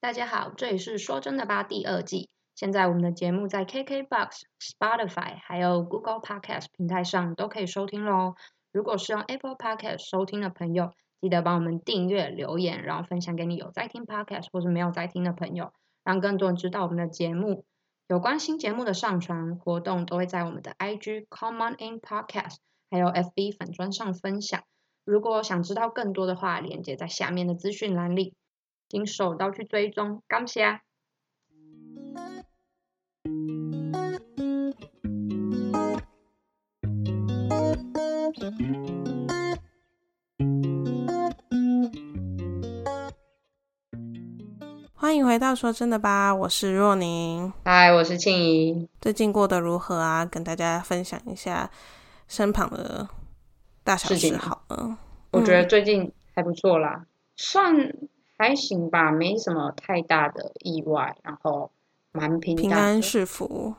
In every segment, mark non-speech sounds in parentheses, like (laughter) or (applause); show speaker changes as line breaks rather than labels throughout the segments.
大家好，这里是说真的吧第二季。现在我们的节目在 KKBOX、Spotify 还有 Google Podcast 平台上都可以收听喽。如果是用 Apple Podcast 收听的朋友，记得帮我们订阅、留言，然后分享给你有在听 Podcast 或是没有在听的朋友，让更多人知道我们的节目。有关新节目的上传活动，都会在我们的 IG Common In Podcast 还有 FB 粉砖上分享。如果想知道更多的话，连接在下面的资讯栏里。请手刀去追踪，感谢。啊
欢迎回到说真的吧，我是若宁。
嗨，我是庆怡。
最近过得如何啊？跟大家分享一下身旁的大小
事情
事好了。
我觉得最近还不错啦，嗯算还行吧，没什么太大的意外，然后蛮平
平
淡
安
的。
是福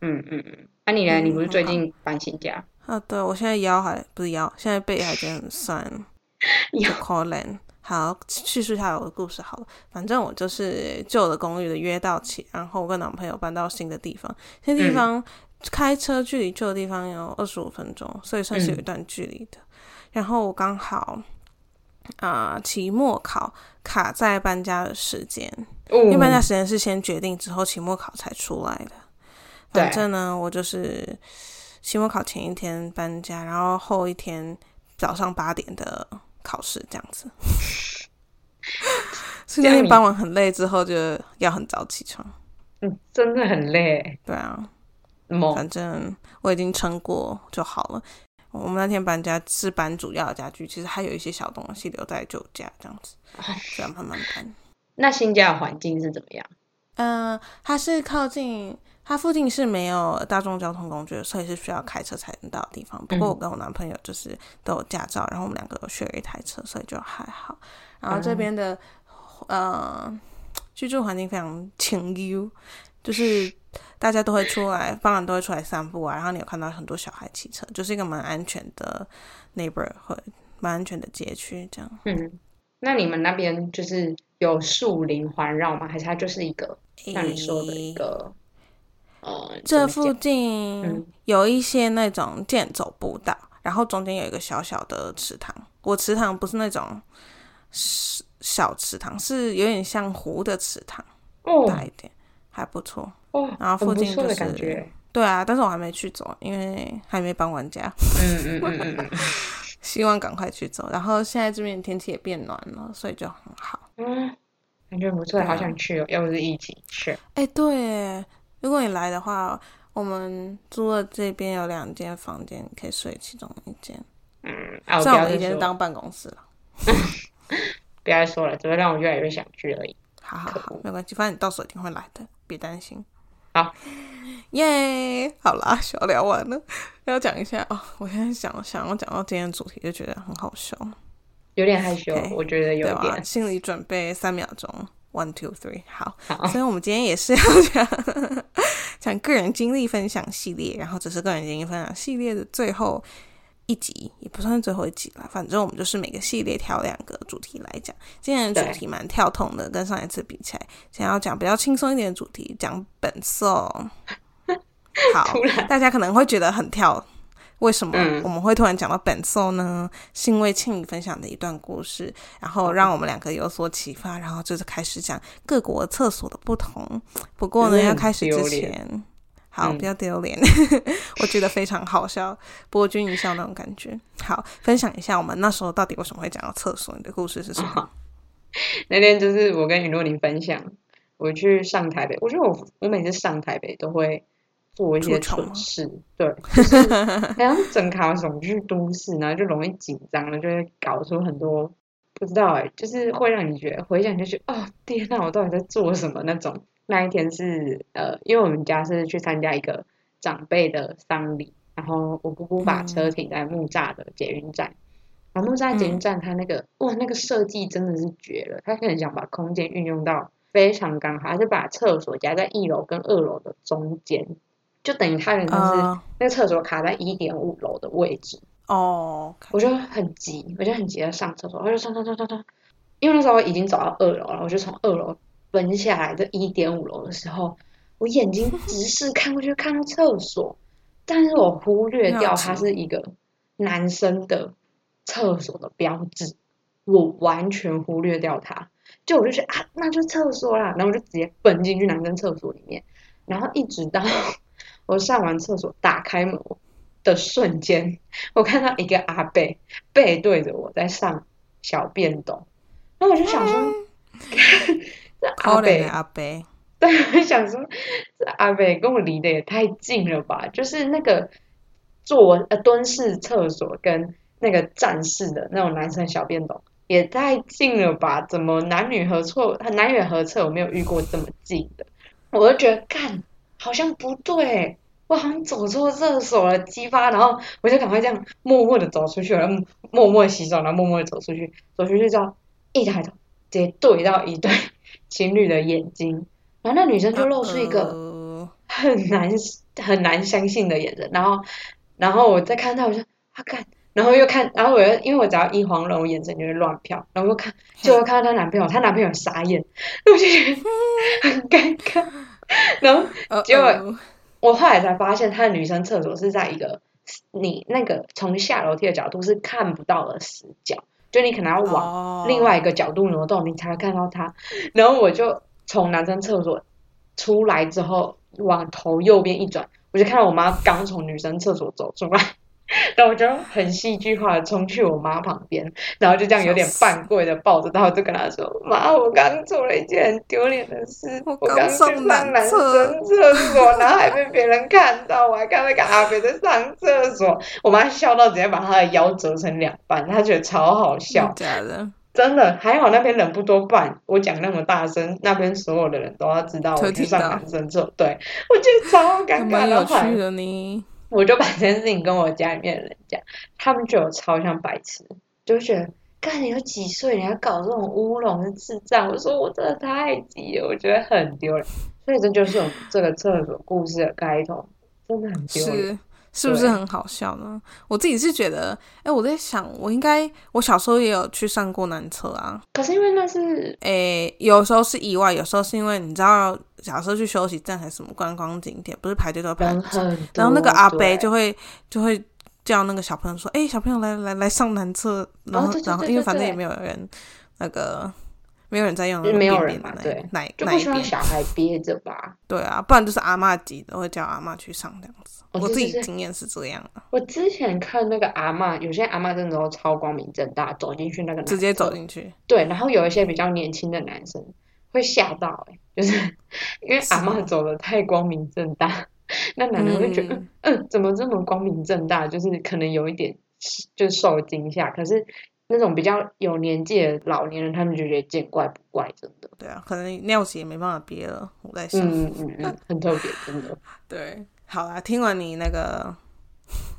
嗯嗯嗯。那、你呢？
嗯
你不是最
很好
近搬新家？
啊！对，我现在腰还不是腰，现在背还真的很酸，
有
就可怜。好，叙述一下我的故事好了。反正我就是旧的公寓的约到期，然后我跟男朋友搬到新的地方。新地方、开车距离旧的地方有二十五分钟，所以算是有一段距离的。然后我刚好啊、期末考卡在搬家的时间，因为搬家
哦，
时间是先决定之后期末考才出来的。
对
反正呢，我就是期末考前一天搬家，然后后一天早上八点的考试这样子。
这
所以那
样
天
你
搬完很累之后，就要很早起床。
嗯，真的很累，
对啊，
猛
反正我已经撑过就好了。我们那天搬家是搬主要的家具，其实还有一些小东西留在旧家这样子，这
啊
样慢慢搬。
那新家的环境是怎么样？
嗯，它是靠近，它附近是没有大众交通工具的，所以是需要开车才能到的地方。不
嗯
过我跟我男朋友就是都有驾照，然后我们两个有 share 一台车，所以就还好。然后这
嗯
边的、呃居住环境非常清幽，就是大家都会出来，傍晚都会出来散步啊。然后你有看到很多小孩骑车，就是一个蛮安全的 neighborhood，蛮安全的街区这样。
嗯，那你们那边就是有树林环绕吗？还是它就是一个像你说的一
诶
个呃，
这
怎么
附
讲
近
嗯
有一些那种健走步道，然后中间有一个小小的池塘。我池塘不是那种小小池塘，是有点像湖的池塘，
哦
大一点，还不错。
哦，
然后
很
附
不
近
错
就
的感
是，
觉。
对啊，但是我还没去走，因为还没搬完家， (laughs)
嗯嗯嗯嗯嗯。
希望赶快去走。然后现在这边天气也变暖了，所以就很好。
嗯，感觉很不错，
对
好
啊
想去哦！要不是疫情去，
哎，对耶，如果你来的话，我们租的这边有两间房间，你可以睡其中一间。
嗯，啊，我不
虽然
要
我们
再
以前是
说，
当办公室了，
不要再说了，只会让我越来越想去而已。
好好
可
好
恶，
没关系，反正你到时候一定会来的，别担心。
好，
耶、好啦，小聊完了，要讲一下哦。我现在想想要讲到今天的主题，就觉得很好笑，
有点害羞，
OK，
我觉得有
对啊
一
吧？
点。
心理准备三秒钟，one two three，好。
好，
所以我们今天也是要讲 (laughs) 讲个人经历分享系列，然后只是个人经历分享系列的最后一集，也不算是最后一集啦，反正我们就是每个系列挑两个主题来讲。今天的主
对
题蛮跳痛的，跟上一次比起来，想要讲比较轻松一点的主题，讲本色。
(laughs)
好
突，然，
大家可能会觉得很跳。为什么
嗯
我们会突然讲到本兽呢？是因为庆宇分享的一段故事，然后让我们两个有所启发，然后就是开始讲各国厕所的不同。不过呢，
有点
要开始之
嗯丢脸
前，好，
嗯
不要丢脸， (laughs) 我觉得非常好笑，博君一笑那种感觉。好，分享一下我们那时候到底为什么会讲到厕所，你的故事是什么？
那天就是我跟雨若琳分享，我去上台北，我觉得我我每次上台北都会做一
出
些
糗
蠢
吗
事，对，就是好像整卡总去都市，然后就容易紧张了，就会搞出很多不知道哎、就是会让你觉得回想就觉得哦天呐，我到底在做什么那种。那一天是呃，因为我们家是去参加一个长辈的丧礼，然后我姑姑把
嗯
车停在木栅的捷运站，然后木栅捷运
嗯
站它那个哇，那个设计真的是绝了，它很想把空间运用到非常刚好，它是把厕所夹在一楼跟二楼的中间，就等于它哦原像是
呃，
那个厕所卡在一点五楼的位置，
哦，OK，
我就很急，我就很急的上厕所，我就上上上上上，因为那时候已经走到二楼了，我就从二楼奔下来的一点五楼的时候，我眼睛直视看过去，看到厕所， (laughs) 但是我忽略掉它是一个男生的厕所的标志，我完全忽略掉它。就我就觉得啊，那就厕所啦，然后我就直接奔进去男生厕所里面，然后一直到 (laughs) 我上完厕所打开门的瞬间，我看到一个阿贝背对着我在上小便斗，然后我就想说， (laughs) 这阿
可怜
贝
的阿伯，
对，想说这阿北跟我离得也太近了吧？就是那个坐呃蹲式厕所跟那个站式的那种男生小便斗也太近了吧？怎么男女合错？男女合厕我没有遇过这么近的，我就觉得干好像不对。我好像走错厕所了，激发，然后我就赶快这样默默的走出去，然后默默地洗手，然后默默的走出去，走出去之后一抬头，直接对到一对情侣的眼睛，然后那女生就露出哦一个
呃
很难很难相信的眼神，然后然后我再看到，我就啊看，然后又看，然后我又因为我只要一慌乱，我眼神就会乱瞟，然后又看，结果看到她男朋友，她男朋友傻眼，我就觉得很尴尬。然后
呃
结果
呃
我后来才发现，她的女生厕所是在一个你那个从下楼梯的角度是看不到的死角，就你可能要往
哦，
另外一个角度挪动，你才会看到它。 (laughs) 然后我就从男生厕所出来之后，往头右边一转，我就看到我妈刚从女生厕所走出来， (laughs) 然后我就很戏剧化的冲去我妈旁边，然后就这样有点半跪的抱着她，我就跟她说：“妈，我刚做了一件很丢脸的事，
我
我
刚
刚去
上
上
男
男生
厕
厕所，然后还被别人看到，我还看那个阿北在上厕所。”我妈笑到直接把她的腰折成两半，她觉得超好笑。
真假的，
真的还好，那边人不多办。我讲那么大声，那边所有的人都要知道我
都
去
听
上
到
男生厕。对，我觉得超
还
尴尬。
蛮有
然后后
趣
来
的呢。
我就把这件事情跟我家里面的人讲，他们觉得我超像白痴，就会觉得，干你都几岁，你还搞这种乌龙的智障？我说我真的太急了，我觉得很丢脸。所以这就是我们这个厕所故事的开头，真的很丢脸。
是是不是
对
很好笑呢？我自己是觉得，哎、我在想，我应该我小时候也有去上过男厕啊。
可是因为那是
哎、有时候是意外，有时候是因为你知道，假设去休息站还是什么观光景点，不是排队都要排
人很多，
(laughs) 然后那个阿伯
对
就会就会叫那个小朋友说：“哎、小朋友来来来上男厕。”然后、
哦对对
然后
对
因为
对
反正也
对
没有人那个没有人在用
就
那个
没有
便
人
便的
嘛
那一
对
那一
就
那
不
一
希望
边，
小孩憋着吧。
对啊，不然就是阿嬷级的会叫阿嬷去上这样子。
哦
我
对
自
对
己
对
经验是这样啊，
我之前看那个阿嬷，有些阿嬷真的都超光明正大走进去那个男
直接走
厕
进去。
对，然后有一些比较年轻的男生会吓到、欸，就是 (laughs) 因为阿
是
嬷走的太光明正大， (laughs) 那男的会觉得，
嗯
嗯嗯，怎么这么光明正大？就是可能有一点就受惊吓，可是那种比较有年纪的老年人，他们就觉得见怪不怪，真的，
对啊，可能尿急也没办法憋了，我在想。
嗯嗯嗯，很特别，真的，
对，好啦，听完你那 (laughs) 个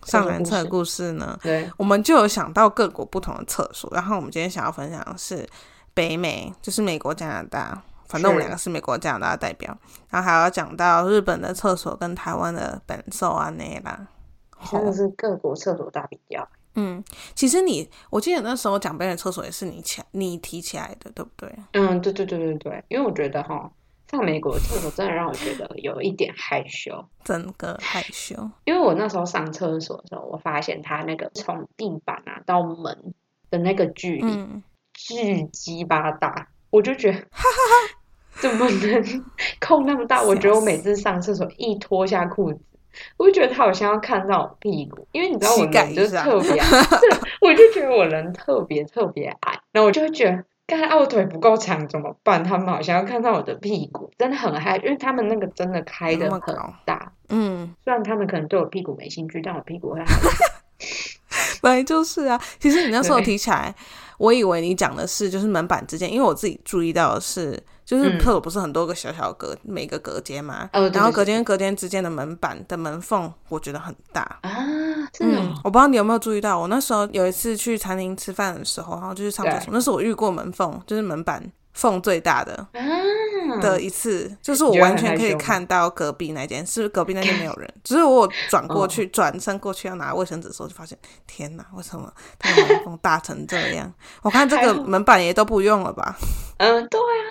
这个
上男
故
厕的
事
故事呢，
对，
我们就有想到各国不同的厕所，然后我们今天想要分享的是北美，就是美国、加拿大，反正我们
是
两个是美国、加拿大的代表，然后还要讲到日本的厕所跟台湾的本寿啊那啦。 (laughs) 好
真的，是各国厕所大比较，
嗯，其实你，我记得那时候讲北美厕所也是你起你提起来的，对不对？
嗯，对对对对对，因为我觉得哈，上美国厕所真的让我觉得有一点害羞，
整个害羞，
因为我那时候上厕所的时候，我发现它那个从地板啊到门的那个距离
嗯，
巨鸡巴大，我就
(laughs)
觉得怎么能空那么大？我觉得我每
吓
次上厕所一脱下裤子。我就觉得他好像要看到我屁股，因为你知道我
膝盖
人就是
以上
特别
(laughs)
矮，对，我就觉得我人特别特别矮，然后我就会觉得，刚才我腿不够长怎么办？他们好像要看到我的屁股，真的很害，因为他们那个真的开
有那
的
么
很
高
大，
嗯。
虽然他们可能对我屁股没兴趣，但我屁股会
(laughs)
害羞。
本来就是啊，其实你那时候
对
提起来，我以为你讲的是就是门板之间，因为我自己注意到的是，就是
嗯
厕所不是很多个小小隔，每个隔间嘛，
哦对
然后
对
隔
对
间跟隔间之间的门板的门缝，我觉得很大。
啊，真的
嗯
哦，
我不知道你有没有注意到，我那时候有一次去餐厅吃饭的时候，然后就去上厕所，那是我遇过门缝，就是门板缝最大的
啊，
的一次，就是我
你觉得
完
很
全
害
可以
羞吗
看到隔壁那间，是隔壁那间没有
(laughs)
人，只是我转
哦
过去、转身过去要拿卫生纸的时候，就发现天哪，为什么这个门缝大成这样？我看这
还
个
好
门板也都不用了吧？
嗯，对啊，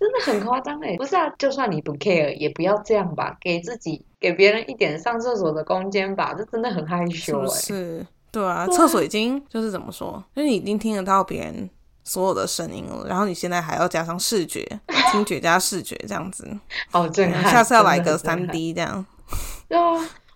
真的很夸张哎！不是啊，就算你不 care，也不要这样吧，给自己给别人一点上厕所的空间吧，这真的很害
是
羞
不
哎、
是？对
对
啊，
啊
厕所已经就是怎么说，就是你已经听得到别人所有的声音了，然后你现在还要加上视觉、听觉加视觉这样
(laughs)
子，
好震
嗯
撼！
下次要来个
啊真的很
三
震撼
D 这样。
(laughs) 对啊，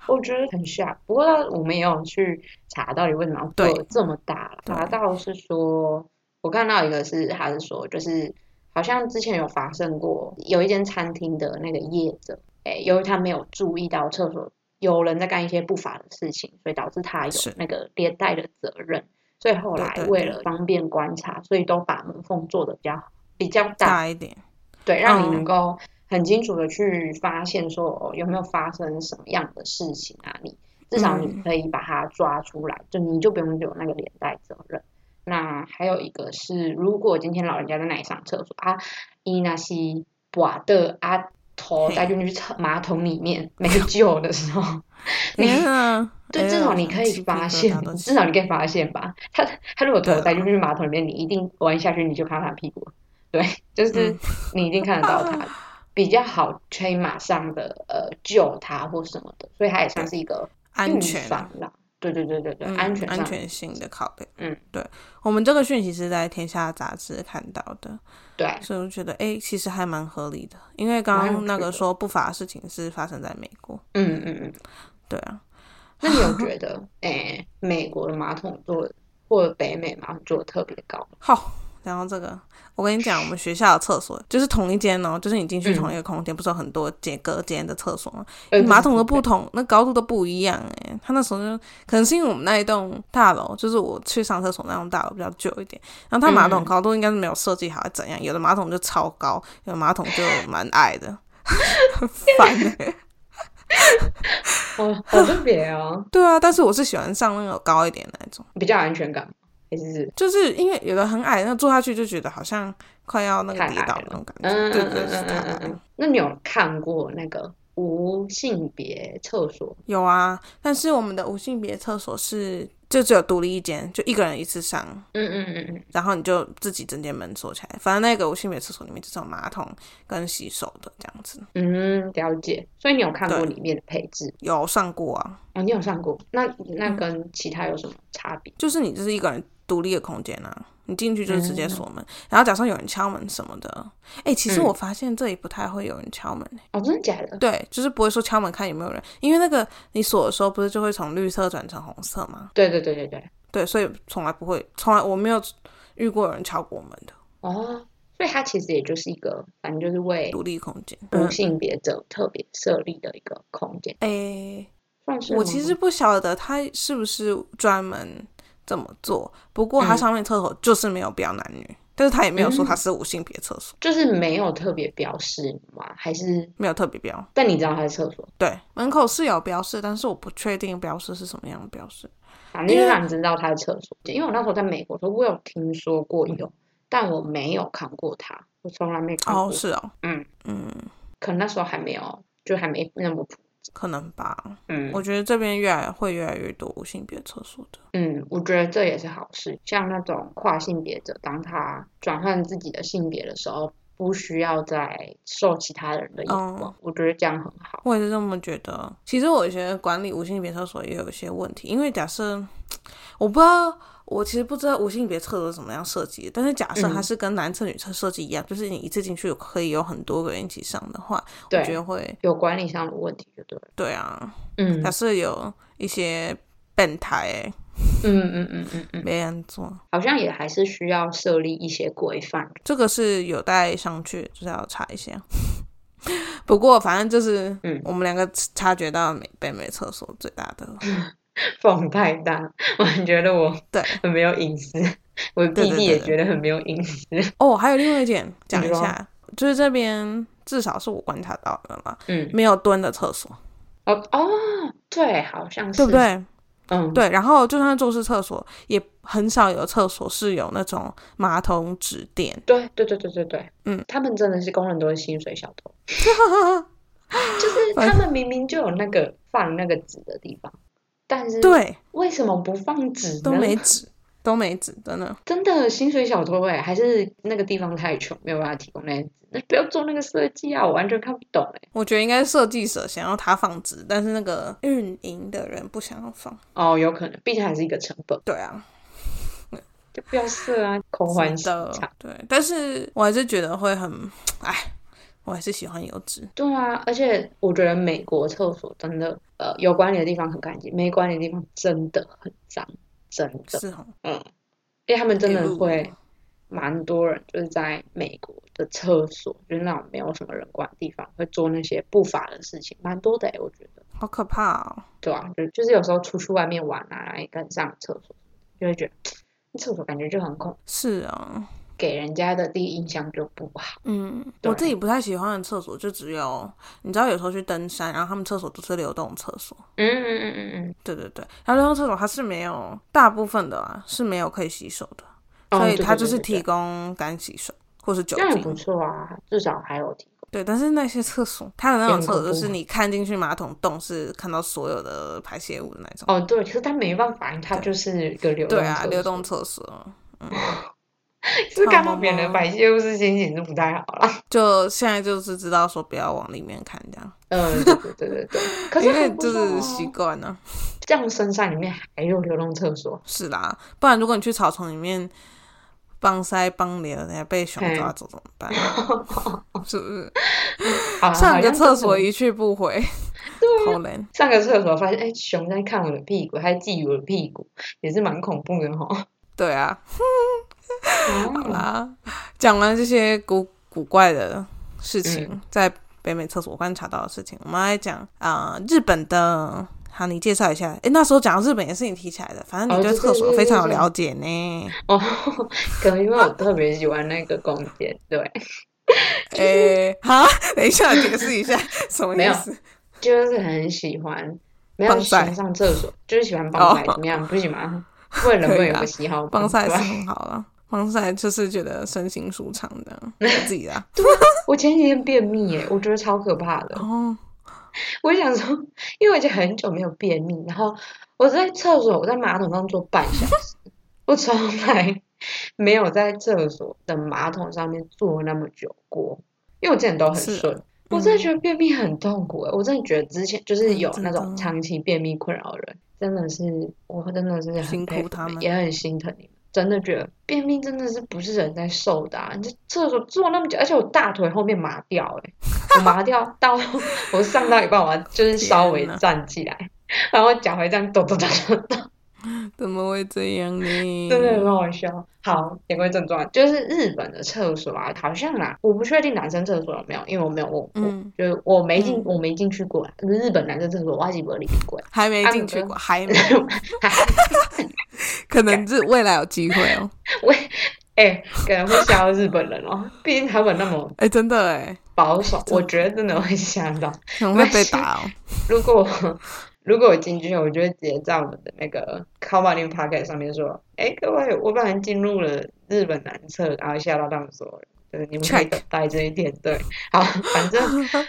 我觉得很 shock。不过我们也有去查到底为什么
对
要做这么大啦，
对
查到是说，我看到一个是他是说，就是好像之前有发生过，有一间餐厅的那个业者，诶，由于他没有注意到厕所有人在干一些不法的事情，所以导致他有
是
那个连带的责任。所以后
对
来
对
为
对
了方便观察，所以都把门缝做的比较比较大，
大一点，
对，让你
嗯
能够很清楚的去发现说、哦、有没有发生什么样的事情啊，你至少你
嗯
可以把它抓出来，就你就不用有那个连带责任。那还有一个是，如果今天老人家在那里上厕所啊，伊那西瓦的啊头
嘿
栽进去厕马桶里面没救的时候，你
天啊！
(laughs) 对，
哎
至
呦
少你可以
鸡皮
发
疙瘩
现
都，起
至少你可以发现吧。他他如果头
对
栽
啊
进去马桶里面，你一定弯下去，你就看到他屁股。对，就是
嗯
你一定看得到
(laughs)
他，比较好可以马上的呃救他或什么的，所以他也算是一个
安
预
全
防啦。对对对对对，
嗯
安全
安
上，
全性的考量。
嗯，
对，我们这个讯息是在《天下》杂志看到的，
对
所以我觉得，哎、其实还蛮合理的。因为刚
蛮有
刚那
趣
个
的
说不法的事情是发生在美国，
嗯嗯嗯。
对啊，
那你有觉得，诶，美国的马桶座或者北美马桶座特别高吗？
好，然后这个，我跟你讲，我们学校的厕所就是同一间哦，就是你进去
嗯
同一个空间，不是有很多间隔间的厕所吗？
呃
马桶
对
都
对
不同，那高度都不一样哎。他那时候就可能是因为我们那一栋大楼，就是我去上厕所那栋大楼比较旧一点，然后它马
嗯
桶高度应该是没有设计好，还是怎样？有的马桶就超高，有的马桶就蛮矮的，很烦哎。
对哦，好特别哦，
(laughs) 对啊，但是我是喜欢上那个高一点的那种，
比较有安全感吗，还是
就是因为有的很矮，那坐下去就觉得好像快要那个
太
跌
矮
倒
了
那种感觉，
嗯
对
嗯
对，
嗯
是
嗯
太
嗯
矮
嗯
了。
嗯。那你有看过那个无性别厕所？
有啊，但是我们的无性别厕所是就只有独立一间，就一个人一次上，
嗯嗯嗯嗯，
然后你就自己整间门锁起来。反正那个无性别厕所里面就是有马桶跟洗手的这样子，
嗯，了解。所以你有看过
对
里面的配置
有上过啊，
哦？你有上过？那那跟其他有什么差别？
就是你就是一个人独立的空间啊。你进去就是直接锁门，然后假设有人敲门什么的，哎、其实
嗯
我发现这里不太会有人敲门、
哦，真的假的？
对，就是不会说敲门看有没有人，因为那个你锁的时候不是就会从绿色转成红色吗？
对对对对对。
对，所以从来不会，从来我没有遇过有人敲过门的
哦，所以它其实也就是一个，反正就是为
独立空间。
无
嗯，
性别者特别设立的一个空间，
诶、
算是
我
吗
其实不晓得他是不是专门这么做，不过他
嗯
上面厕所就是没有标男女，但是他也没有说他是无性别厕所，
就是没有特别标示吗？还是
没有特别标。
但你知道它是厕所，
对，门口是有标示，但是我不确定标示是什么样的标示。
反正
因
就
为
啊让你知道它的厕所。因为我那时候在美国的时候，我有听说过有，但我没有看过它，我从来没看
嗯哦，
过。
是哦，
嗯，
嗯，
可能那时候还没有，就还没那么普。
可能吧。
嗯
我觉得这边越来会越来越多无性别厕所的。
嗯，我觉得这也是好事。像那种跨性别者，当他转换自己的性别的时候，不需要再受其他人的眼
嗯
光，我觉得这样很好。
我也是这么觉得。其实我觉得管理无性别厕所也有一些问题，因为假设我不知道，我其实不知道无性别厕所是怎么样设计的，但是假设它
嗯
是跟男厕女厕设计一样，就是你一次进去可以有很多个人一起上的话，我觉
对
得，会
有管理上的问题就对了。
对啊。
嗯
假设有一些变态、欸，
嗯嗯嗯嗯嗯，
没人做，
好像也还是需要设立一些规范。 (laughs)
这个是有待商榷，就是要查一下。 (laughs) 不过反正就是，
嗯
我们两个察觉到美北美厕所最大的
放太大， (laughs) 我觉得我
对
(laughs) 很没有隐私，我
对
弟
对
弟
对
也
对
觉得很没有隐私。
哦，还有另外一点讲一
你说
下，就是这边至少是我观察到的嘛，
嗯，
没有蹲的厕所，
哦哦，对，好像是，
对不？对？
嗯，
对，然后就算坐式厕所，也很少有厕所是有那种马桶纸垫。
对对对对对对，
嗯，
他们真的是工人都是薪水小
(laughs)
偷，就是
哎
他们明明就有那个放那个纸的地方，但是
对，
为什么不放纸
都
呢？
没纸。都没纸，真的。
真的薪水小偷哎、还是那个地方太穷，没有办法提供那些纸。那不要做那个设计啊，我完全看不懂哎、
我觉得应该是设计者想要它放纸，但是那个运营的人不想要放。
哦，有可能，毕竟还是一个成本，
对啊，
就不要设啊，口环
是
心
的
肠。，
对，但是我还是觉得会很，哎，我还是喜欢油脂。
对啊，而且我觉得美国厕所真的，呃，有管理的地方很干净，没管理的地方真的很脏，真的，
是哦，
嗯，因为他们真
一
的
路
会蛮多人就是在美国的厕所，就是那种没有什么人管的地方，会做那些不法的事情，蛮多的欸我觉得，
好可怕哦！
对啊，就就是有时候出去外面玩啊，然后一个人上厕所，就会觉得那厕所感觉就很恐，
是啊，
给人家的第一印象就不好。
嗯，
对
我自己不太喜欢的厕所就只有，你知道有时候去登山，然后他们厕所都是流动厕所。
嗯嗯嗯嗯嗯，
对对对，然后流动厕所它是没有大部分的啊是没有可以洗手的，
哦
所以
对
它
对
就
对
是
对
提供干洗手或是酒
那也
精
不。错啊，至少还有提供。
对，但是那些厕所，它的那种
也很
厕所就
恐怖
是你看进去马桶洞是看到所有的排泄物的那种。
哦，对，可是他没办法，他就是一个流动
对啊，
厕
流
所
动厕所。
就是看到
超
别人的
妈妈
排泄物是心情是不太好
(laughs)
啦。
就现在就是知道说不要往里面看这样，
嗯，对对对对对。可是
因为
很不
就
错
是习
啊
惯呢、
这样深山里面还有流动厕所，
是啦，不然如果你去草丛里面帮塞帮流，等下被熊抓走怎么
(laughs)
办？是不是？
好啦啊
上
好
个
像
厕
真
所
的
一去不回，
对啊
好累。
上个厕所发现，哎、熊在看我的屁股，还觊觎我的屁股，也是蛮恐怖的哈。
对啊，好
啊
啦，讲完这些古古怪的事情，
嗯
在北美厕所观察到的事情，我们来讲啊、呃日本的。好，你介绍一下。诶，那时候讲到日本也是你提起来的，反正
哦
你对
对
厕所
对
非常有
对对
了解呢。
(laughs) 哦，可能因为我特别喜欢那个空间，对，
诶，好，等一下解释
(laughs)
一下什么
没
意
有
思。
就是很喜欢，没有
棒
喜欢
晒
上厕所，就是喜欢帮仔
哦
怎么样？不行吗？为人
可以
为有
啊
个喜好，
防晒
对
是
吧？
很好了，防晒就是觉得身心舒畅的，我自己啊
(laughs)
啦。
我前几天便秘耶，我觉得超可怕的。
哦，
我就想说，因为我已经很久没有便秘，然后我在厕所，我在马桶上坐半小时，我从来没有在厕所的马桶上面坐那么久过，因为我之前都很
是啊
顺。我真的觉得便秘很痛苦诶、我真的觉得之前就是
嗯
有
真
那
的
种长期便秘困扰的人，真的是我真的是
辛
很
苦
佩服
他
你
们
也很心疼你们。真的觉得便秘真的是不是人在受的、啊，你这厕所坐那么久，而且我大腿后面麻掉诶、我麻掉到 (laughs) 我上到一半，我还就是稍微
天哪
站起来，然后脚会这样抖抖抖抖抖，
怎么会这
(laughs)
样
真的很
呢？
好笑。好，言归正传，就是日本的厕所啊，好像啦，我不确定男生厕所有没有，因为我没有问过，
嗯，
就是我没进、
嗯
我没进去过日本男生厕所，我还是没有里面过。
还没
啊
进
你
去
呢 (laughs)
过，还没，可能是未来有机会哦。
我哎、可能会吓到日本人哦，毕竟他们那么
哎，真的哎，
保
(laughs)
守，我觉得真的会吓到。
可能会被打哦。
如果我 (laughs) 如果我进去，我就会直接在我们的那个 c o m a n i Pocket 上面说：“哎，各位，我本人进入了日本男厕，然后吓到他们所有人，就是你们可以
Check
等待这一天。”对，好，反正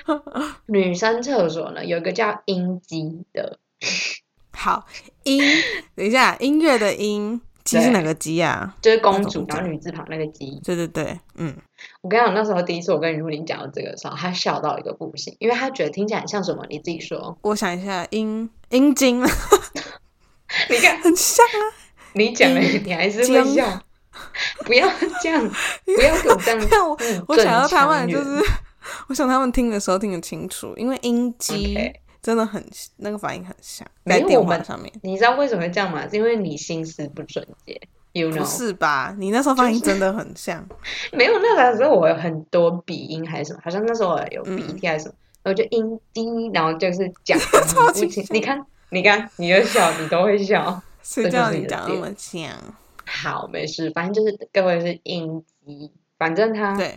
(laughs) 女生厕所呢，有一个叫音机的，
好，音，等一下，音乐的音，鸡是
对
哪个鸡啊？
就是公主，
那怎么讲
然后女字旁那个机。
对对对，嗯，
我跟你讲，那时候第一次我跟雨露玲讲到这个的时候，她笑到一个不行，因为她觉得听起来很像什么？你自己说， (laughs)
我想一下，音音精
你看
很像啊，
你讲了，
音
你还是会
江
笑。 (laughs) 不要这
(laughs)
样，不要给我这样
但我
字
我想要
正
他们
腔
就
圆
是，我想他们听的时候听得清楚，因为音机
OK
真的很那个反应很像，
没
在
有
电
我
话
们
上面。
你知道为什么会这样吗？是因为你心思不纯洁，you
不
know，
是吧？你那时候发音真的很像，
(laughs) 没有那个时候我有很多鼻音还是什么，好像那时候我有鼻
嗯
涕还是什么，然后就音低，然后就是讲
(laughs)
得很不清。你看，你看，你又笑，你都会笑。
谁
这就
叫
是你
你
的
讲那
点
么像？
好，没事，反正就是各位是音低，反正它
对，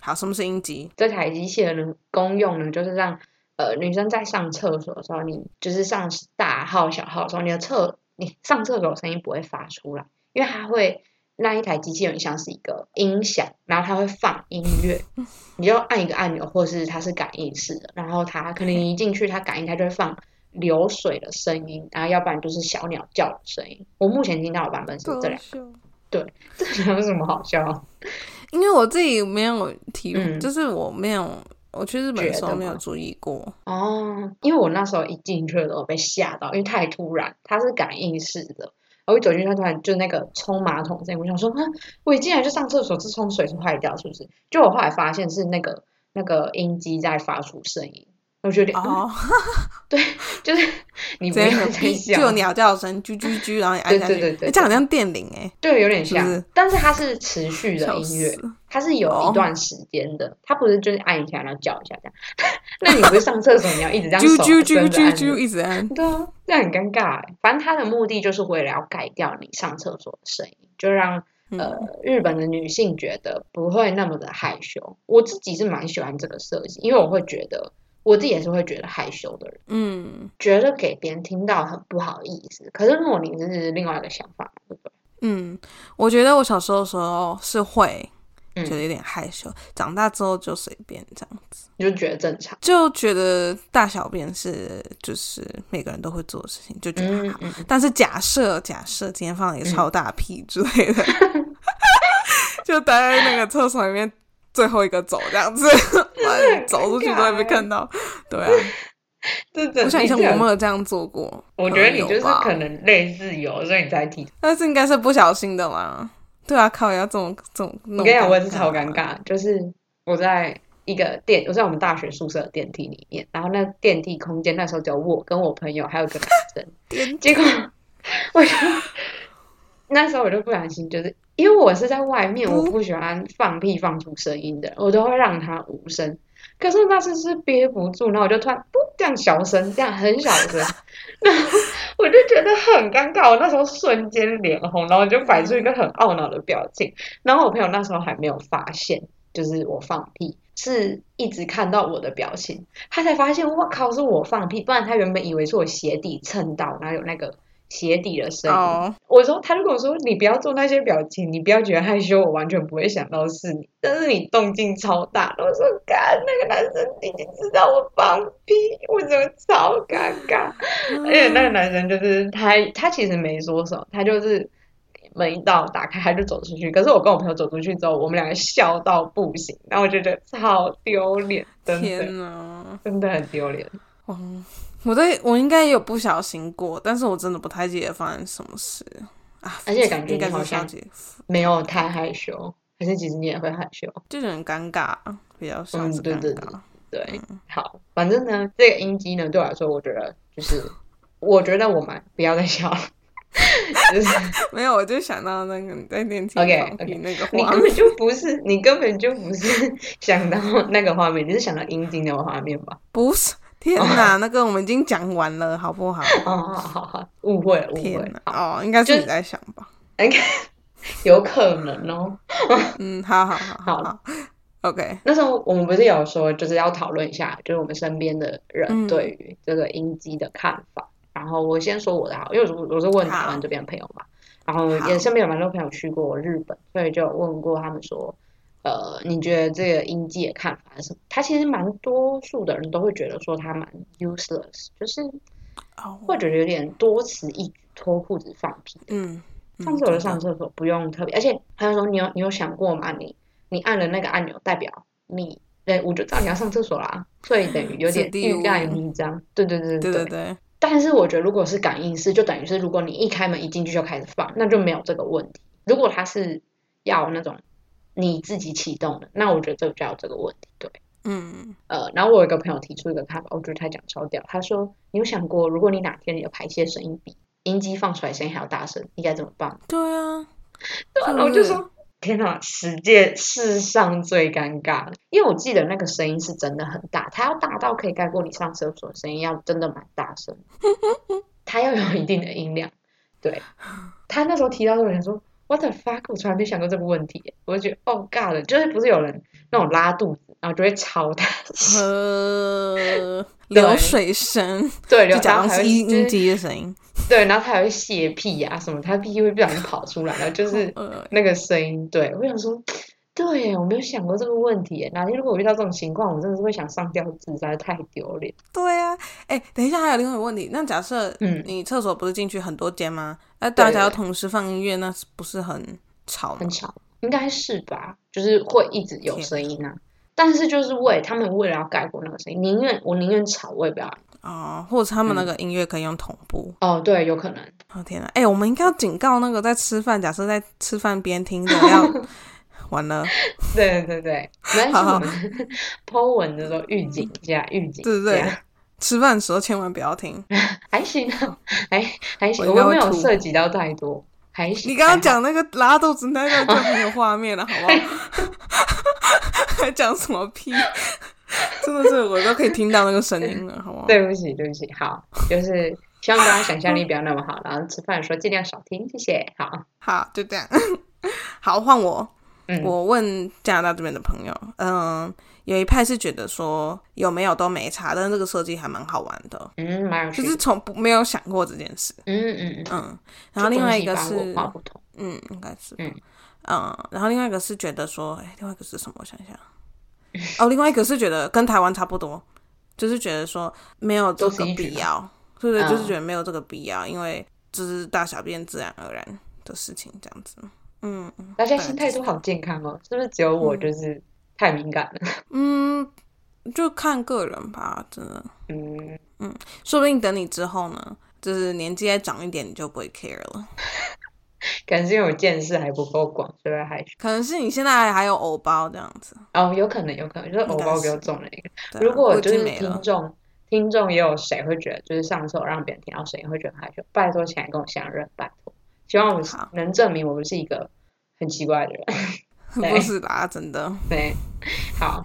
好，什么是音机？
这台机器人的功用呢，就是让呃女生在上厕所的时候，你就是上大号小号的时候，你的厕你上厕所的声音不会发出来，因为它会那一台机器人像是一个音响，然后它会放音乐，你就按一个按钮，或是它是感应式的，然后它可能你一进去，它感应它就会放流水的声音，然后要不然就是小鸟叫的声音。我目前听到的版本是这两，
秀。
对，这两 (laughs) 有什么好笑？
因为我自己没有体，
嗯
就是我没有，我去日本的时
觉
候
得吗
没有注意过。
哦，因为我那时候一进去的时候被吓到，因为太突然，它是感应式的。然后一走进去，它突然就那个冲马桶声音，我想说， (laughs) 啊，我一进来就上厕所，是冲水是坏掉是不是？就我后来发现是那个那个音机在发出声音，我觉得、嗯 (laughs)
哦， (laughs)
就是你不
直
要
接有
再
屁，
笑
就有鸟叫声，啾啾啾，然后你按下去，
对对对对
诶这样好像电铃哎、
对，有点像，
是不是
但是它是持续的
笑
音乐
死，了。
它是有
哦
一段时间的，它不是就是按一下然后叫一下这样。 (laughs) 那你不是上厕所你要一直这样
啾
手
啾
伸
啾
着按
啾
着
啾，一直按。
对啊，这样很尴尬欸。反正它的目的就是为了要改掉你上厕所的声音，就让呃
嗯，
日本的女性觉得不会那么的害羞。我自己是蛮喜欢这个设计，因为我会觉得我自己也是会觉得害羞的人。
嗯
觉得给别人听到很不好意思，可是若你这是另外一个想法，对不对？
嗯，我觉得我小时候的时候是会
嗯
觉得有点害羞，长大之后就随便这样，
你就觉得正常。
就觉得大小便是就是每个人都会做的事情，就觉得还
嗯
好。
嗯，
但是假设假设今天放了一个超大屁之
(laughs)
类的，就待在那个厕所里面最后一个走
(laughs)
这样子，哎走出去都会被看到。对啊，
这这
我想以前
你这
我
样
没有这样做过，
我觉得你
有
就是
吧
可能类似有，所以你才提。
但是应该是不小心的啦。对啊，靠，要这种这种，
我
我
跟你讲，我也是超尴。尬，就是我在一个电，我在我们大学宿舍的电梯里面，然后那电梯空间那时候只有我跟我朋友还有一个男生，
天
结果我就那时候我就不小心，就是因为我是在外面，
不
我不喜欢放屁放出声音的，我都会让它无声。可是那次是憋不住，然后我就突然不这样小声，这样很小声，然后我就觉得很尴尬，我那时候瞬间脸红，然后我就摆出一个很懊恼的表情。然后我朋友那时候还没有发现，就是我放屁，是一直看到我的表情，他才发现，我靠，是我放屁，不然他原本以为是我鞋底蹭到，然后有那个鞋底的声音。
哦，
我说，他就跟我说，你不要做那些表情，你不要觉得害羞，我完全不会想到是你，但是你动静超大。我说，干，那个男生已经知道我放屁，我真的超
(laughs)
尴尬。而且那个男生就是他，他其实没说什么，他就是门一到打开他就走出去。可是我跟我朋友走出去之后，我们两个笑到不行，然后我就觉得超丢脸，真的
天哪，
真的很丢脸。
哇！我对我应该也有不小心过，但是我真的不太记得发生什么事啊。
而且感觉
应该
你好
是
像
小姐，
没有太害羞，可是其实你也会害羞。
就是很尴尬，啊比较像
嗯
是
对
尴
对
尬。
对，好，反正呢，这个音机呢，对我来说，我觉得就是， (laughs) 我觉得我们不要再笑了， (laughs) 就是
(laughs) 没有，我就想到那个你在电梯
OK，
放屁
OK
那个
你
画
根
面，
本就不是，你根本就不是 (laughs) 想到那个画面，你是想到阴茎的画面吧？
不是。天哪，那个我们已经讲完了，好不好？
哦，好好好，误会了，误会
天
了，
哪，哦，应该是
就
你在想吧？
应该有可能哦。
嗯，好好好
好
好，OK，
那时候我们不是有说，就是要讨论一下，就是我们身边的人
嗯
对于这个音机的看法。然后我先说我的好，因为我是我是问
好
台湾这边的朋友嘛，然后
好
也身边有蛮多朋友去过日本，所以就有问过他们说，呃，你觉得这个音机的看法是什么？他其实蛮多数的人都会觉得说他蛮 useless，就是
哦，
会觉得有点多此一举，脱裤子放屁。
嗯，嗯
上次我就
真的
上厕所不用特别，而且他就说你有你有想过吗？你你按了那个按钮，代表你对我就知道你要上厕所啦，所以等于有点
此地
欲盖
无
弥彰。对对对
对
对
对对，
但是我觉得如果是感应式，就等于是如果你一开门一进去就开始放，那就没有这个问题。如果它是要那种你自己启动的，那我觉得这个就有这个问题。对。
嗯，
呃，然后我有一个朋友提出一个看法，我觉得他讲超屌。他说：“你有想过，如果你哪天你的排泄声音比音机放出来声音还要大声，你该怎么办吗？”
对啊，
对啊
是
然后
不
就是说，天哪，世界世上最尴尬的，因为我记得那个声音是真的很大，它要大到可以盖过你上厕所的声音，要真的蛮大
(laughs)
声，它要有一定的音量。对，他那时候提到这个，我想说，what the fuck，我从来没想过这个问题耶，我就觉得，哦，尬了，就是不是有人那种拉肚子，然后就会超
(laughs)
大声， (laughs)
呃，流水声，
对，
就
然
假
后
装
还会
是音
就
音
是
机的声音，
对，然后他还会啊泄屁呀、什么，他屁会不小心跑出来，然后就是。
呃，
那个声音，对我想说，对耶，我没有想过这个问题耶。哪天如果我遇到这种情况，我真的是会想上吊自杀，太丢脸。
对啊，哎、等一下，还有另外一个问题，那假设
嗯
你厕所不是进去很多间吗？那、
对
大家要
对
同时放音乐，那是不是很吵
很
吗？
吵，应该是吧？就是会一直有
天
声音啊。但是就是为他们为了要盖过那个声音，宁愿我宁愿吵，我也不要。
哦，或者是他们那个音乐可以用同步？
哦，对，有可能。
哦天哪，哎、我们应该要警告那个在吃饭，假设在吃饭边听的要 (laughs) 完了，
对对对，没关系，
好
我们 (laughs) po 文的时候预警一下，预警
对不
一
对啊
下。？
吃饭的时候千万不要听。
还行啊，还还行，
我应
我
该
们
会
没有
吐
涉及到太多，还行。
你刚刚
还好，
讲那个拉肚子那个就很有画面了，好不好？
(laughs)
还讲什么屁？真的是我都可以听到那个声音了，好不好？
对不起，对不起，好，就是希望大家想象力不要那么好，然后吃饭的时候尽量少听，谢谢。好，
好，就这样。好，换我。
嗯
我问加拿大这边的朋友，嗯，有一派是觉得说有没有都没差，但是这个设计还蛮好玩的，
嗯，蛮有
就
趣
是
的，
从不没有想过这件事，
嗯嗯嗯。
嗯。然后另外一个
就东西
是
方文化，不同，
嗯，应该是，
嗯
嗯嗯。然后另外一个是觉得说，哎，另外一个是什么？我想一下，哦，另外一个是觉得跟台湾差不多， (laughs) 就是觉得说没有这
都是
个
一群
必要，对不对？
嗯
就是觉得没有这个必要，因为这是大小便自然而然的事情，这样子，嗯。
大家
对
心态
就是
都好健康哦，是不是只有我就是太敏感了？
嗯，就看个人吧，真的，
嗯，
说不定等你之后呢，就是年纪再长一点，你就不会 care 了。
可能是因为我见识还不够广，所以会害羞。
可能是你现在还有偶包这样子，
哦，有可能，有可能，就是偶包比较重的一个。
对啊
如
我
果
已
就
经
是
没了
听。众，听众也有谁会觉得，就是上次我让别人听到声音会觉得很害羞，拜托请来跟我相认，拜托，希望我是
好
能证明我不是一个很奇怪的人。对
(laughs) 不是啦，真的。
对，
(laughs)
好，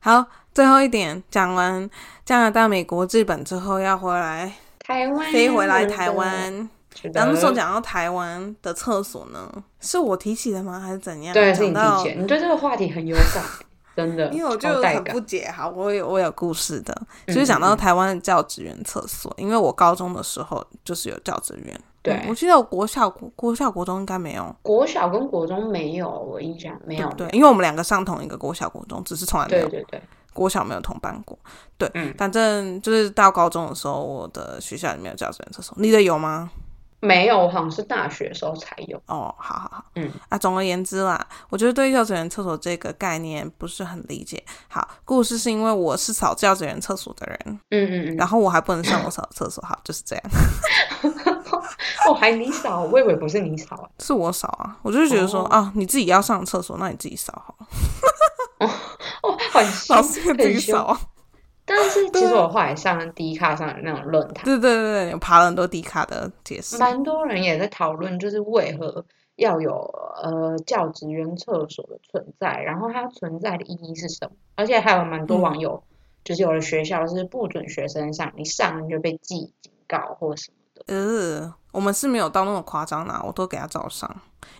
好，最后一点，讲完加拿大、美国、日本之后，要回来
台湾
飞回来
我的
台，湾。
是
然后那时候
的
讲到台湾的厕所呢，是我提起的吗？还是怎样？
对，是
讲
你提
到
前，你对这个话题很有感，真的，
(laughs) 因为我就
超带
很
感
不解哈，我有我有故事的，
嗯
就是讲到台湾的教职员厕所，因为我高中的时候就是有教职员，
对
嗯我记得我国校国国校国中应该没有，
国小跟国中没有，我印象没
对
有
不，对？因为我们两个上同一个国小国中，只是从来没
对
有
对对，
国小没有同班过，对，
嗯
反正就是到高中的时候，我的学校里面有教职员厕所，你的有吗？
没有，好像是大学的时候才有。
哦，好好好，
嗯
啊，总而言之啦，我觉得对教职员厕所这个概念不是很理解。好，故事是因为我是扫教职员厕所的人，
嗯嗯嗯，
然后我还不能上我扫厕
(coughs)
所，好，就是这样，
哦，还你扫，我以为不是你扫，
是我扫啊，我就觉得说
哦
啊、你自己要上厕所，那你自己扫好了，
哦，很凶
老师啊也 (laughs) 自
很
己
凶
扫。啊，
但是其实我后来上 D 卡上的那种论坛，
对对对对，我爬了很多迪卡的解释，
蛮多人也在讨论，就是为何要有呃教职员厕所的存在，然后它存在的意义是什么？而且还有蛮多网友，
嗯
就是有的学校是不准学生上，你上你就被记警告或什么的。
呃，我们是没有到那么夸张啦，我都给他照上。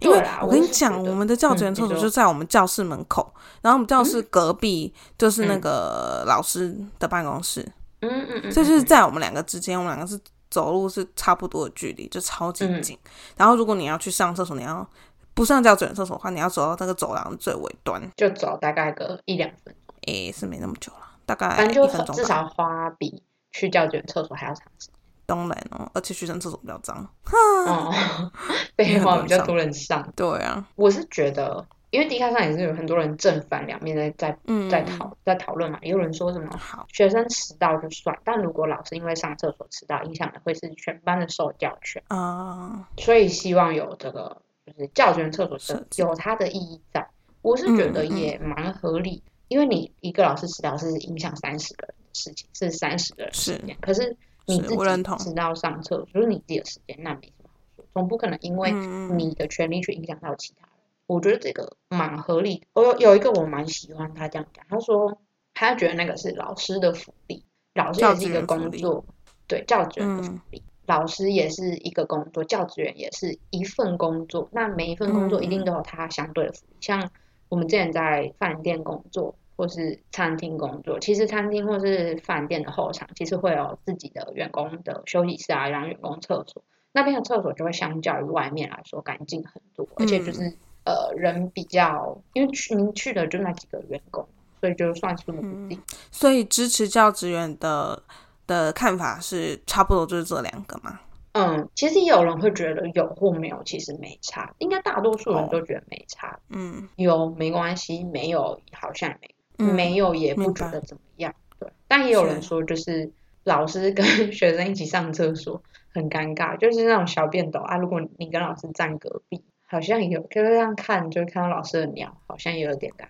因
对
为
啦，
我跟
也
你
是觉
讲，
得
我们的教职
嗯
员
你
厕所
说嗯
就在我们教室门口，然后我们教室隔壁就是那个老师的办公室，
嗯嗯嗯，
这就是
嗯
在我们两个之间，我们两个是走路是差不多的距离，就超级
嗯
近。然后如果你要去上厕所，你要不上教职员厕所的话，你要走到那个走廊最尾端，
就走大概个一两分钟，
诶，是没那么久了，大概
反正就
啊一分钟
至
吧。
少花比去教卷厕所还要长时间。
当然哦，而且学生厕所比较脏。嗯
哦， (laughs) 废
很多
话，
人
比较
上
多人上。
(laughs) 对啊，
我是觉得，因为迪卡上也是有很多人正反两面在在
嗯，
在讨在讨论嘛，也有人说什么
好，
学生迟到就算，但如果老师因为上厕所迟到，影响的会是全班的受教权，
啊、
所以希望有这个就是教卷厕所
设
是
计
有它的意义在。我是觉得
嗯嗯嗯
也蛮合理，因为你一个老师迟到是影响三十个人的事情，是三十个人的时
是
间，可是你
是
自己
我认同
迟到上厕所就是你自己的时间，那没什么好说，总不可能因为
嗯嗯
你的权利去影响到其他人。我觉得这个蛮合理的。我哦有有一个我蛮喜欢他这样讲，他说他觉得那个是老师的福利，老师也是一个工
教职
作，对，教职员的福
嗯
利，老师也是一个工作，教职员也是一份工作。那每一份工作一定都有它相对的福利，像我们之前在饭店工作。或是餐厅工作，其实餐厅或是饭店的后场，其实会有自己的员工的休息室啊，然后员工厕所。那边的厕所就会相较于外面来说干净很多，而且就是呃人比较，因为去您去的就那几个员工，所以就算出努力。
所以支持教职员的的看法是差不多就是这两个嘛。
嗯，其实也有人会觉得有或没有，其实没差，应该大多数
哦
人都觉得没差。
嗯
有没关系，没有好像也没
嗯，
没有也不
明
觉
白
得怎么样，对。但也有人
是
说，就是老师跟 (laughs) 学生一起上厕所很尴尬，就是那种小便斗啊。如果你跟老师站隔壁，好像有就是这样看，就看到老师的鸟，好像也有点尴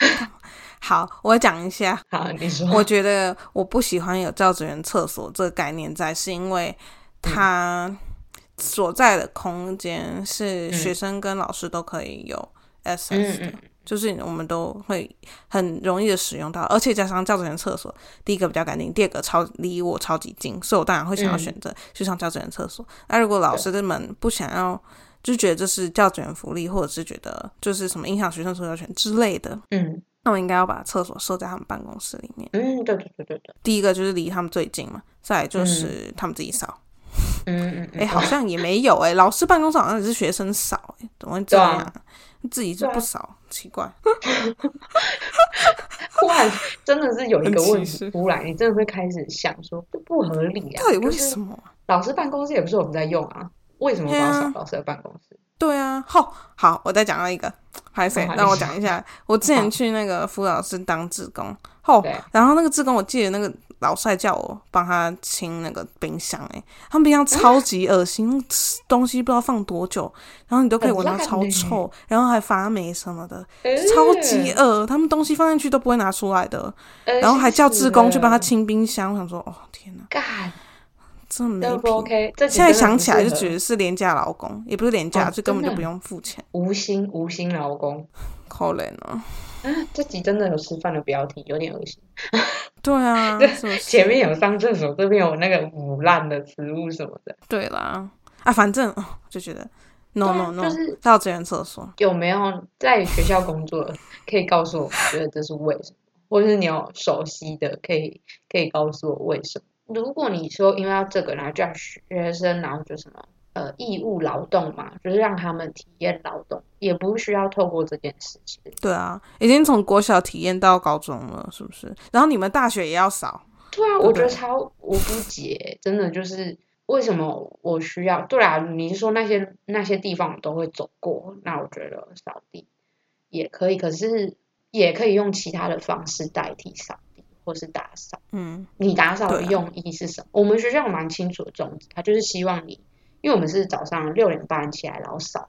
尬。
好，我讲一下，
好，你说，
我觉得我不喜欢有教职员厕所这个概念在，是因为它所在的空间是
嗯
学生跟老师都可以有
嗯
access 的，
嗯
就是我们都会很容易的使用到，而且加上教职员厕所，第一个比较干净，第二个超离我超级近，所以我当然会想要
嗯
选择去上教职员厕所。那如果老师们不想要，就觉得这是教职员福利，或者是觉得就是什么影响学生所有权之类的，
嗯
那我应该要把厕所设在他们办公室里面。
嗯，对对对对对，
第一个就是离他们最近嘛，再来就是他们自己扫。
嗯嗯
哎、
嗯，
好像也没有
(laughs)
哎、老师办公室好像也是学生扫、哎，怎么会这
对啊
样啊？自己是
对啊
不扫，奇怪。
忽然真的是有一
很
个
歧
问
视
题出来，你真的会开始想说，这不合理啊！
到底
就
为
是
什么啊？
老师办公室也不是我们在用啊，为什么我要
对啊
扫老师的办公室？
对啊，好好，我再讲到一个，拍谁
哦好？
让我
你
讲一下，我之前去那个辅导室当志工，哦
对，
然后那个志工，我记得那个老师还叫我帮他清那个冰箱、哎，他们冰箱
嗯
超级恶心，那东西不知道放多久，然后你都可以闻到
很烂
超
欸
臭，然后还发霉什么的，超级恶，他们东西放进去都不会拿出来的，
呃，
然后还叫志工去帮他
气
清冰箱，我想说，哦天哪，
死了。干，
这么没
都不
品。
OK。这
现在想起来就觉
得
得是廉价劳工，也不是廉价，
哦
就根本
真的
就不用付钱，
无薪无薪劳工
可怜哦。
啊，这集真的有吃饭的标题，有点恶心。(laughs)
对啊，
对
是不是
前面有上厕所，这边有那个腐烂的食物什么的，
对啦，啊，反正哦就觉得 no
对
no
啊
no，、
就是
到资源厕所，
有没有在学校工作的可以告诉我，觉得这是为什么？或者是你有熟悉的，可以可以告诉我为什么？如果你说因为要这个，然后叫学生，然后就什么呃义务劳动嘛，就是让他们体验劳动，也不需要透过这件事情。
对啊，已经从国小体验到高中了，是不是？然后你们大学也要扫，
对啊，
对
我
不
觉得
对
超我不解，真的就是为什么我需要？对啊，你是说那些那些地方我都会走过，那我觉得扫地也可以，可是也可以用其他的方式代替扫地或是打扫。
嗯，
你打扫的
对啊
用意是什么？我们学校有蛮清楚的宗旨，它就是希望你，因为我们是早上六点半起来，然后扫，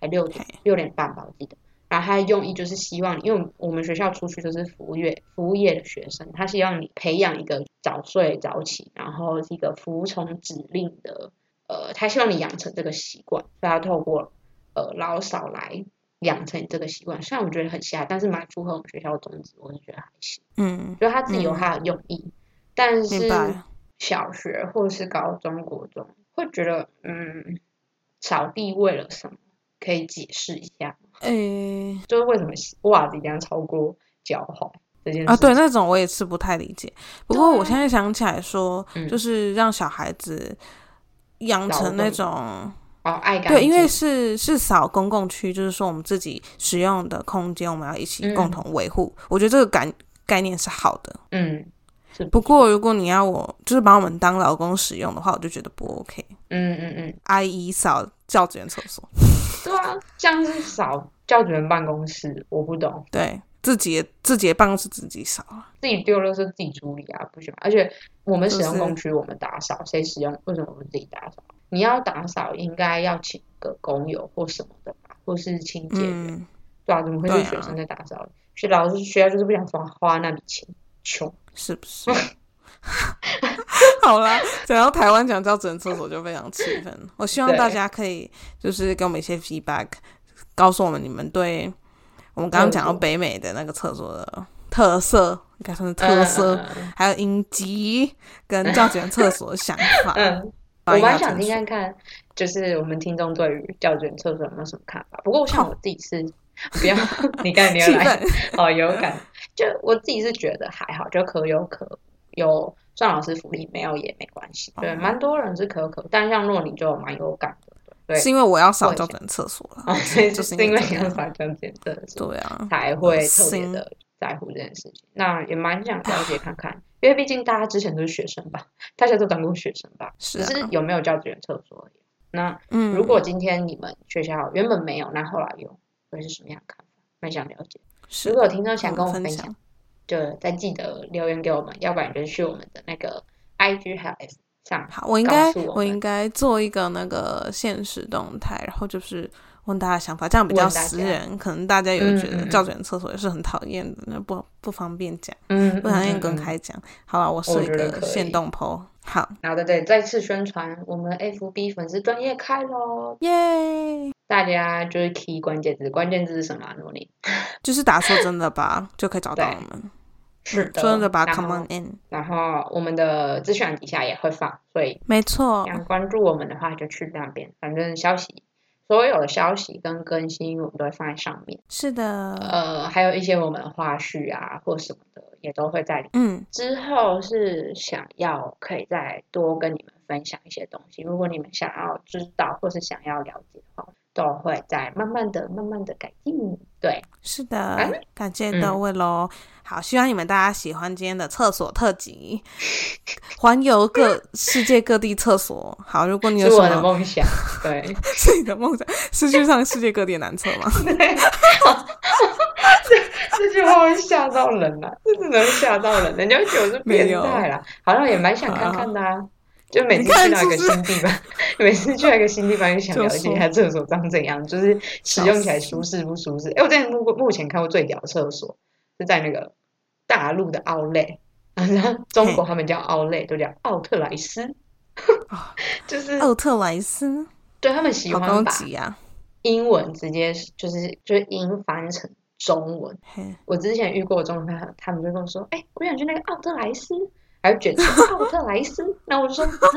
还六点
嘿
六点半吧，我记得。然后它的用意就是希望你，因为我们我们学校出去都是服务业服务业的学生，他希望你培养一个早睡早起，然后是一个服从指令的，呃，他希望你养成这个习惯，所以他透过呃老少来养成这个习惯。虽然我觉得很瞎，但是蛮符合我们学校的宗旨，我是觉得还行。
嗯，
就他自己有
嗯
他的用意，但
明
是
白，
小学或是高中国中会觉得，嗯，扫地为了什么？可以解释一下，
诶、
就是为什么袜子一定要超过脚踝这件事
啊，对，
情
那种我也是不太理解。不
对
过
啊
我现在想起来说，
嗯
就是让小孩子养
劳
成那
动
种。
哦，爱干净，
对，因为是是扫公共区，就是说我们自己使用的空间，我们要一起共
嗯
同维护。我觉得这个概概念是好的。
嗯，是
不过如果你要我就是把我们当劳工使用的话，我就觉得不 OK。
嗯嗯嗯，
I.E. 扫教职员厕所，
对啊，像是扫教主任办公室，我不懂，
对自己的自己的办公室自己扫啊，
自己丢了是自己处理啊，不行吗？而且我们
就
使用
是
工区，我们打扫，谁使用？为什么我们自己打扫？你要打扫，应该要请个工友或什么的吧，或是清洁员，
嗯，
对啊，怎么会是
对啊
学生在打扫？学老师学校就是不想花花那笔钱，穷。
是不是？好啦，讲到台湾讲教职员厕所就非常气愤。我希望
对
大家可以就是给我们一些 feedback，告诉我们你们对我们刚刚讲到
厕所
北美的那个厕所的特色，应该算是特色，
嗯嗯
还有影集跟教职员厕所的想法。
嗯，嗯 (laughs) 我
欢迎
蛮
大家
想
提
听看
出
看，就是我们听众对于教卷厕所有没有什么看法？不过像我自己是，不要 (laughs) 你看你要
气
来，
氛，
(laughs) 好哦有感。就我自己是觉得还好，就可有可无有算老师福利，没有也没关系。对，
哦
蛮多人是可有可无，但像若你就蛮有感的。对对
是因为我要扫
我也
校
觉
整厕所了
哦，， (laughs) 所以
就是
因为
这
你要
样
撒娇姐真的是
对啊，
才会特别
心
的在乎这件事情。那也蛮想了解看看，因为毕竟大家之前都是学生吧，大家都当过学生吧，
是
只
啊，
是有没有教职员厕所而已。那
嗯，
如果今天你们学校原本没有，那后来有，会是什么样的看法？蛮想了解。
是
如果有
的
听众想
我
跟我们
嗯分
分
享
享，就再记得留言给我们，要不然就去我们的那个 IG 还有 F 上。
好，我应该
告诉我
我
们
应该做一个那个现实动态，然后就是问大家想法，这样比
问
较
大家
私人，可能大家也会觉
嗯
得
嗯嗯
校园厕所也是很讨厌的，那不不方便讲，
嗯，
不方便
嗯
公。
嗯嗯
开讲。好了，我
我
是一
觉得
个
可以
现动 PO，好，
然后在这里再次宣传，我们 FB 粉丝专业开喽，
耶，
大家就是 key 关键字，关键字是什么啊？努力。
就是打说真的吧，就可以找到
对
我们。
是
嗯说真的吧
然
，Come
后
on in，
然后我们的资讯栏底下也会放，所以
没错，
想关注我们的话就去那边，反正消息所有的消息跟更新我们都会放在上面，
是的，
呃，还有一些我们的花絮啊或什么的也都会在里面。
嗯，
之后是想要可以再多跟你们分享一些东西，如果你们想要知道或是想要了解的话，都会再慢慢的、慢慢的改进。对，
是
哎
的，感谢各位喽。好，希望你们大家喜欢今天的厕所特辑， (laughs) 环游各世界各地厕所。好，如果你有
是
什
我的
么
梦想。对，
是你的梦想，是去上世界各地的男厕吗？
(laughs) 这句话会吓到人啊，这只能吓到人，人家会觉得我是变
没有
态啦。好像也蛮想看看的啊，就每次
你看
去到一个
是不是
新地方， (laughs) 每次去到一个新地方，就想
就
了解一
说
下厕所长怎样，就是使
笑
用起来
死
舒适不舒适。哎，我之前目目前看过最屌的厕所是在那个大陆的奥莱，然后中国他们叫奥莱，都叫奥特莱斯，
啊
就是
奥特莱斯，
对他们喜
好
欢
高
把
级啊！
英文直接就是就是英翻成中文。
嘿，
我之前遇过这种，他他们就跟我说：“哎、我想去那个奥特莱斯，还有卷奥特莱斯。”然后我就说：“啊，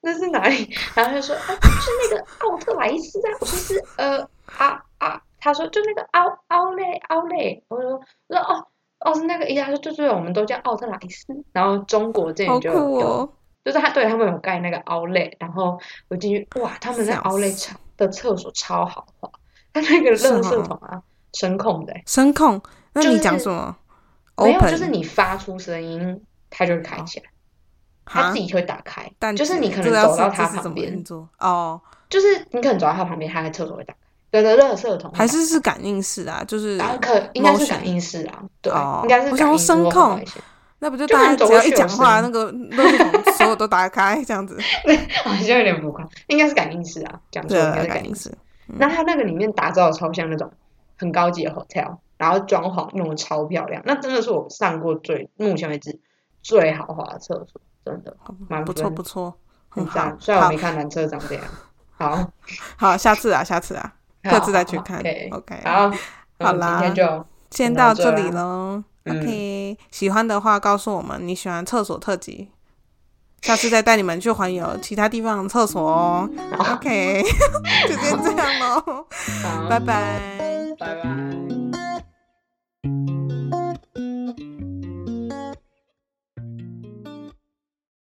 那是哪里？”然后他就说：“啊，就是那个奥特莱斯啊。”我说是：“呃啊啊。”他说：“就那个奥奥莱奥莱。”我就说：“我说哦哦是那个。”他说：“对对，我们都叫奥特莱斯。”然后中国这
好
里就有
酷哦！
就是他对他们有盖那个 Outlet，然后我进去，哇，他们那
笑
Outlet
死
超的厕所超豪华，他那个
是
垃圾
哦
桶啊，声控的欸、
声控，那
就
你
是
讲什么
没有，就是
？Open 哦
你发出声音，它就会开起来，它
哈
自，己会打开，
但
就是你可能
这个要
走到
是
它
这是怎
旁
么
边，
运作？哦，
就是你可能走到它旁边，它的厕所会打开，对对，垃圾桶会打
还
开
是是感应式啊？就是
然后可应该是
motion
感应式啊，对，
哦
应该是
我
感
想说
应式
声
或
控
一些， (laughs)
那不就
就
大
很
家
走
只
过
要
去
一
有
讲话，
声
那个垃圾桶所有都打开这样子？
好像有点浮夸，应该是感应式啊，讲错，
对
应该
啊，
是感
感
应
应
式。
式，
那它那个里面打造的超像那种很高级的 hotel，然后装潢弄得超漂亮，那真的是我上过最目前为止最豪华的厕所，真的蛮
不错
分
不错，
很
很好
赞。。虽然我
好
没看男厕长这样，好，
好，下次啊，下次
(laughs)
啊，各自再去
好好
看。
OK，
OK，
好，那我们今天
啦
就
先
先到
到
这
这里
啦
喽。
嗯
OK，喜欢的话告诉我们你喜欢厕所特辑，下次再带你们去环游其他地方的厕所哦。
好
(laughs) OK，就先这样喽，
好，
拜拜。
拜拜。